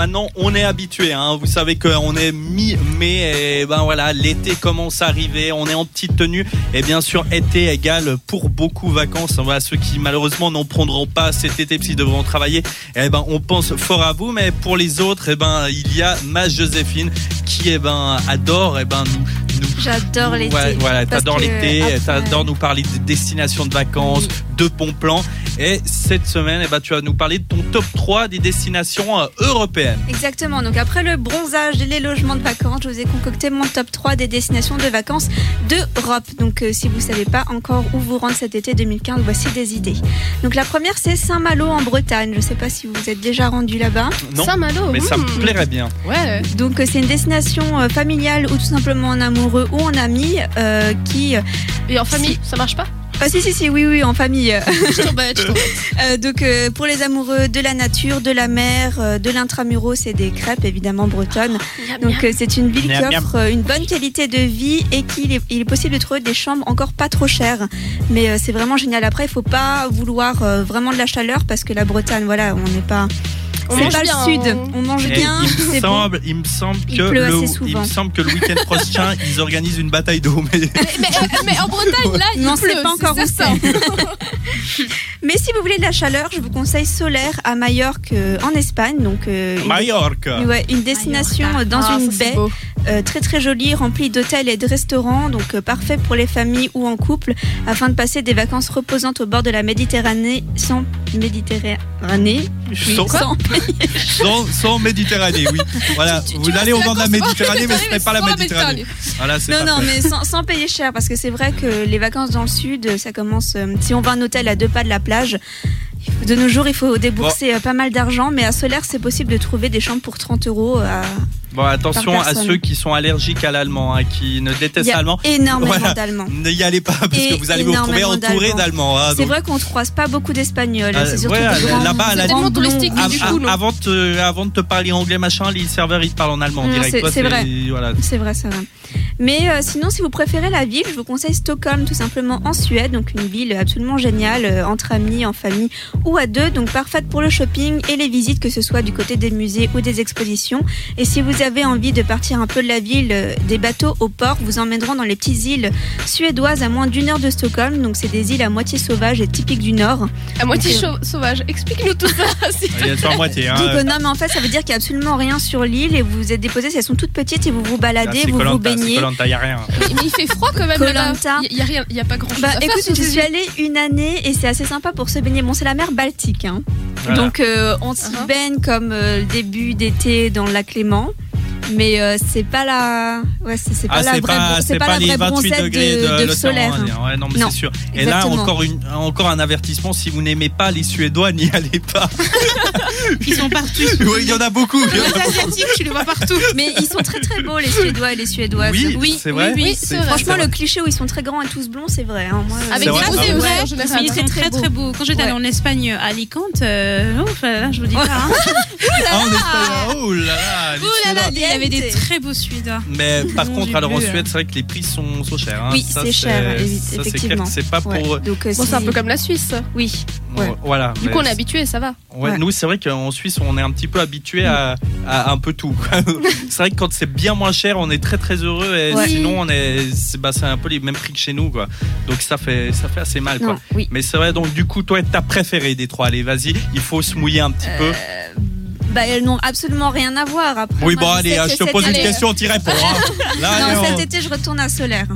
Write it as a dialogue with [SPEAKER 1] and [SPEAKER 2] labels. [SPEAKER 1] Maintenant, on est habitué. Hein. Vous savez qu'on est mi-mai et ben voilà, l'été commence à arriver. On est en petite tenue et bien sûr, été égale pour beaucoup vacances. Voilà, ceux qui malheureusement n'en prendront pas cet été puisqu'ils devront travailler. Eh ben, on pense fort à vous, mais pour les autres, eh ben, il y a ma Joséphine qui eh ben adore eh ben nous. nous
[SPEAKER 2] J'adore l'été.
[SPEAKER 1] Ouais, voilà,
[SPEAKER 2] Parce
[SPEAKER 1] t'adores
[SPEAKER 2] que
[SPEAKER 1] l'été,
[SPEAKER 2] après-
[SPEAKER 1] t'adores nous parler de destinations de vacances, de bons plans. Et cette semaine, eh ben, tu vas nous parler de ton top 3 des destinations euh, européennes.
[SPEAKER 2] Exactement. Donc après le bronzage et les logements de vacances, je vous ai concocté mon top 3 des destinations de vacances d'Europe. Donc euh, si vous savez pas encore où vous rendre cet été 2015, voici des idées. Donc la première c'est Saint-Malo en Bretagne. Je sais pas si vous vous êtes déjà rendu là-bas.
[SPEAKER 1] Non,
[SPEAKER 3] Saint-Malo.
[SPEAKER 1] mais ça
[SPEAKER 3] hmm.
[SPEAKER 2] Mm.
[SPEAKER 1] me plairait bien.
[SPEAKER 3] Ouais.
[SPEAKER 2] Donc euh, c'est une destination euh, familiale ou tout simplement en amoureux ou en ami euh, qui euh,
[SPEAKER 3] Et en famille, ça marche pas bah,
[SPEAKER 2] ah si si si oui oui en famille
[SPEAKER 3] Je t'en bats, je t'en bats.
[SPEAKER 2] Euh, donc euh, pour les amoureux de la nature, de la mer, euh, de l'intramuros et des crêpes évidemment bretonnes. Donc euh, c'est une ville qui
[SPEAKER 1] Miam, miam.
[SPEAKER 2] offre euh, une bonne qualité de vie et qu'il est, il est possible de trouver des chambres encore pas trop chères. Mais euh, c'est vraiment génial. Après, il faut pas vouloir euh, vraiment de la chaleur parce que la Bretagne, voilà, on n'est pas.
[SPEAKER 3] On
[SPEAKER 2] c'est
[SPEAKER 3] mange
[SPEAKER 2] pas
[SPEAKER 3] bien, hein.
[SPEAKER 2] le sud.
[SPEAKER 3] on-
[SPEAKER 2] On mange
[SPEAKER 1] Et
[SPEAKER 2] bien.
[SPEAKER 1] Eh, il, me
[SPEAKER 2] c'est bon.
[SPEAKER 1] semble, il me semble
[SPEAKER 2] Il
[SPEAKER 1] que
[SPEAKER 2] pleut
[SPEAKER 1] le,
[SPEAKER 2] assez
[SPEAKER 1] il
[SPEAKER 2] souvent.
[SPEAKER 1] me semble que le week-end prochain, ils organisent une bataille d'eau. Mais
[SPEAKER 3] Mais, mais, euh, mais en Bretagne, là, il
[SPEAKER 2] Non,
[SPEAKER 3] pleut.
[SPEAKER 2] c'est pas encore où
[SPEAKER 3] c'est ça.
[SPEAKER 2] Mais si vous voulez de la chaleur, je vous conseille solaire à Majorque euh, en Espagne. Donc euh, une-
[SPEAKER 1] Mallorca.
[SPEAKER 2] ouais, une destination euh, dans
[SPEAKER 3] Ah,
[SPEAKER 2] une
[SPEAKER 3] ça, c'est
[SPEAKER 2] baie.
[SPEAKER 3] beau.
[SPEAKER 2] Euh, très très joli, rempli d'hôtels et de restaurants, donc euh, parfait pour les familles ou en couple, afin de passer des vacances reposantes au bord de la Méditerranée sans Méditerranée,
[SPEAKER 1] Sans,
[SPEAKER 2] sans
[SPEAKER 1] sans- sans Méditerranée, oui. Voilà,
[SPEAKER 3] Tu- tu
[SPEAKER 1] vous
[SPEAKER 3] vas
[SPEAKER 1] allez
[SPEAKER 3] faire
[SPEAKER 1] au
[SPEAKER 3] des
[SPEAKER 1] bord de la
[SPEAKER 3] vacances en
[SPEAKER 1] Méditerranée, mais ce n'est pas la
[SPEAKER 3] sans
[SPEAKER 1] Méditerranée. Voilà, c'est
[SPEAKER 2] non non
[SPEAKER 1] parfait.
[SPEAKER 2] mais sans, sans payer cher parce que c'est vrai que les vacances dans le sud, euh, ça commence euh, si on va à un hôtel à deux pas de la plage. il faut- De nos jours, il faut débourser euh, pas mal d'argent, mais à Solaire, c'est possible de trouver des chambres pour 30 euros. euh, à-
[SPEAKER 1] Bon, attention
[SPEAKER 2] Par
[SPEAKER 1] à
[SPEAKER 2] personne.
[SPEAKER 1] ceux qui sont allergiques à l'allemand, hein, qui ne
[SPEAKER 2] Il
[SPEAKER 1] détestent
[SPEAKER 2] y a
[SPEAKER 1] l'allemand.
[SPEAKER 2] énormément
[SPEAKER 1] Voilà.
[SPEAKER 2] d'Allemands.
[SPEAKER 1] N'y allez pas, parce que
[SPEAKER 2] Et
[SPEAKER 1] vous allez vous retrouver
[SPEAKER 2] énormément
[SPEAKER 1] entouré
[SPEAKER 2] d'Allemands.
[SPEAKER 1] d'allemands. hein,
[SPEAKER 2] C'est
[SPEAKER 1] donc,
[SPEAKER 2] vrai qu'on ne croise pas beaucoup d'Espagnols.
[SPEAKER 1] Euh,
[SPEAKER 2] c'est surtout
[SPEAKER 1] ouais,
[SPEAKER 2] des grands-
[SPEAKER 1] là-bas, à la-
[SPEAKER 2] des grands
[SPEAKER 3] C'est tellement
[SPEAKER 2] blonds.
[SPEAKER 3] touristique, mais
[SPEAKER 1] av-
[SPEAKER 3] du
[SPEAKER 1] av-
[SPEAKER 3] coup, non.
[SPEAKER 1] avant, de te- avant de te parler anglais, machin, les serveurs ils te parlent en allemand
[SPEAKER 2] Non,
[SPEAKER 1] direct.
[SPEAKER 2] c'est-
[SPEAKER 1] Toi,
[SPEAKER 2] c'est vrai.
[SPEAKER 1] Voilà,
[SPEAKER 2] C'est vrai, c'est vrai. Mais euh, sinon, si vous préférez la ville, je vous conseille Stockholm, tout simplement en Suède. Donc, une ville absolument géniale, euh, entre amis, en famille ou à deux. Donc, parfaite pour le shopping et les visites, que ce soit du côté des musées ou des expositions. Et si vous avez envie de partir un peu de la ville, euh, des bateaux au port vous emmèneront dans les petites îles suédoises à moins d'une heure de Stockholm. Donc, c'est des îles à moitié sauvages et typiques du Nord.
[SPEAKER 3] À moitié
[SPEAKER 2] Ok.
[SPEAKER 3] chau- sauvage. Explique-nous tout ça. s'il te
[SPEAKER 1] il y a sur la moitié. hein.
[SPEAKER 2] Digo, non, mais en fait, ça veut dire qu'il n'y a absolument rien sur l'île et vous vous êtes déposé. Elles sont toutes petites et vous vous baladez,
[SPEAKER 1] Ah, C'est
[SPEAKER 2] vous vous
[SPEAKER 1] Koh-Lanta, c'est
[SPEAKER 2] baignez.
[SPEAKER 1] Koh-Lanta, y a rien.
[SPEAKER 3] plaît. Mais il fait froid quand même là-bas.
[SPEAKER 2] Koh-Lanta.
[SPEAKER 3] Il y a rien, il y a pas grand-chose
[SPEAKER 2] Bah
[SPEAKER 3] à faire
[SPEAKER 2] écoute,
[SPEAKER 3] sur
[SPEAKER 2] je
[SPEAKER 3] ces
[SPEAKER 2] suis
[SPEAKER 3] îles.
[SPEAKER 2] allée une année et c'est assez sympa pour se baigner. Bon, c'est la mer Baltique, hein.
[SPEAKER 1] Voilà.
[SPEAKER 2] donc euh, on s'y
[SPEAKER 3] Uh-huh.
[SPEAKER 2] baigne comme euh, le début d'été dans le lac Léman. Mais euh, c'est pas la, ouais, c'est c'est pas
[SPEAKER 1] Ah,
[SPEAKER 2] la
[SPEAKER 1] c'est
[SPEAKER 2] vraie,
[SPEAKER 1] pas,
[SPEAKER 2] bron-
[SPEAKER 1] c'est pas
[SPEAKER 2] la
[SPEAKER 1] les
[SPEAKER 2] vraie
[SPEAKER 1] 28
[SPEAKER 2] bronzette
[SPEAKER 1] degrés de,
[SPEAKER 2] de, de
[SPEAKER 1] l'océan
[SPEAKER 2] solaire.
[SPEAKER 1] Indien. Ouais, non, mais
[SPEAKER 2] Non,
[SPEAKER 1] c'est sûr. Et là,
[SPEAKER 2] exactement.
[SPEAKER 1] encore, une, encore un avertissement si vous n'aimez pas les Suédois, n'y allez pas.
[SPEAKER 4] Ils sont partout.
[SPEAKER 1] Oui, il y en a beaucoup.
[SPEAKER 4] Les Asiatiques, tu les vois partout.
[SPEAKER 2] hein. Mais ils sont très très beaux les Suédois et les Suédoises.
[SPEAKER 1] Oui, Ah, c'est vrai.
[SPEAKER 3] oui, c'est vrai.
[SPEAKER 2] Franchement,
[SPEAKER 1] vrai.
[SPEAKER 2] le cliché où ils sont très grands et tous blonds, c'est vrai. hein. Moi,
[SPEAKER 3] Avec
[SPEAKER 1] C'est
[SPEAKER 3] des
[SPEAKER 1] vrai,
[SPEAKER 3] gros
[SPEAKER 1] c'est
[SPEAKER 3] yeux
[SPEAKER 1] vrai.
[SPEAKER 3] verts, en
[SPEAKER 4] Mais
[SPEAKER 3] général.
[SPEAKER 4] ils sont très très beaux. Quand j'étais allée en Espagne, à Alicante, euh, ouf, là, là, je vous dis pas. hein.
[SPEAKER 1] Ah, on est pas- Oh là là. les
[SPEAKER 4] Oh là là,
[SPEAKER 1] Suédois.
[SPEAKER 4] il y avait des très beaux Suédois.
[SPEAKER 1] Mais par
[SPEAKER 4] Non,
[SPEAKER 1] contre,
[SPEAKER 4] j'ai
[SPEAKER 1] alors en
[SPEAKER 4] vu,
[SPEAKER 1] Suède, c'est vrai que les prix sont, sont chers. hein.
[SPEAKER 2] Oui,
[SPEAKER 1] Ça,
[SPEAKER 2] c'est cher,
[SPEAKER 1] ça,
[SPEAKER 2] évi-
[SPEAKER 1] c'est clair que
[SPEAKER 2] effectivement.
[SPEAKER 1] C'est pas pour.
[SPEAKER 2] ouais. Donc, euh,
[SPEAKER 3] Bon,
[SPEAKER 2] si-
[SPEAKER 3] c'est un peu comme la Suisse.
[SPEAKER 2] Oui. ouais.
[SPEAKER 1] Voilà.
[SPEAKER 3] Du
[SPEAKER 1] mais
[SPEAKER 3] coup, on est habitué, ça va.
[SPEAKER 1] Ouais,
[SPEAKER 2] Ouais.
[SPEAKER 1] Nous, c'est vrai qu'en Suisse, on est un petit peu habitué à, à un peu tout. quoi. c'est vrai que quand c'est bien moins cher, on est très très heureux. Et
[SPEAKER 2] Ouais.
[SPEAKER 1] sinon, on est, c'est, bah, c'est un peu les mêmes prix que chez nous, quoi. Donc ça fait, ça fait assez mal,
[SPEAKER 2] Non,
[SPEAKER 1] quoi.
[SPEAKER 2] oui.
[SPEAKER 1] Mais c'est vrai. Donc du coup, toi, ta préférée des trois. Allez, vas-y. Il faut se mouiller un petit peu.
[SPEAKER 2] Bah, elles n'ont absolument rien à voir. Après,
[SPEAKER 1] Oui,
[SPEAKER 2] moi,
[SPEAKER 1] bon,
[SPEAKER 2] je
[SPEAKER 1] allez,
[SPEAKER 2] sais
[SPEAKER 1] hein,
[SPEAKER 2] que
[SPEAKER 1] je te
[SPEAKER 2] cet
[SPEAKER 1] pose une
[SPEAKER 2] été-
[SPEAKER 1] question, t'y réponds. hein. Là,
[SPEAKER 2] Non,
[SPEAKER 1] allez, on-
[SPEAKER 2] cet été, je retourne à Solaire.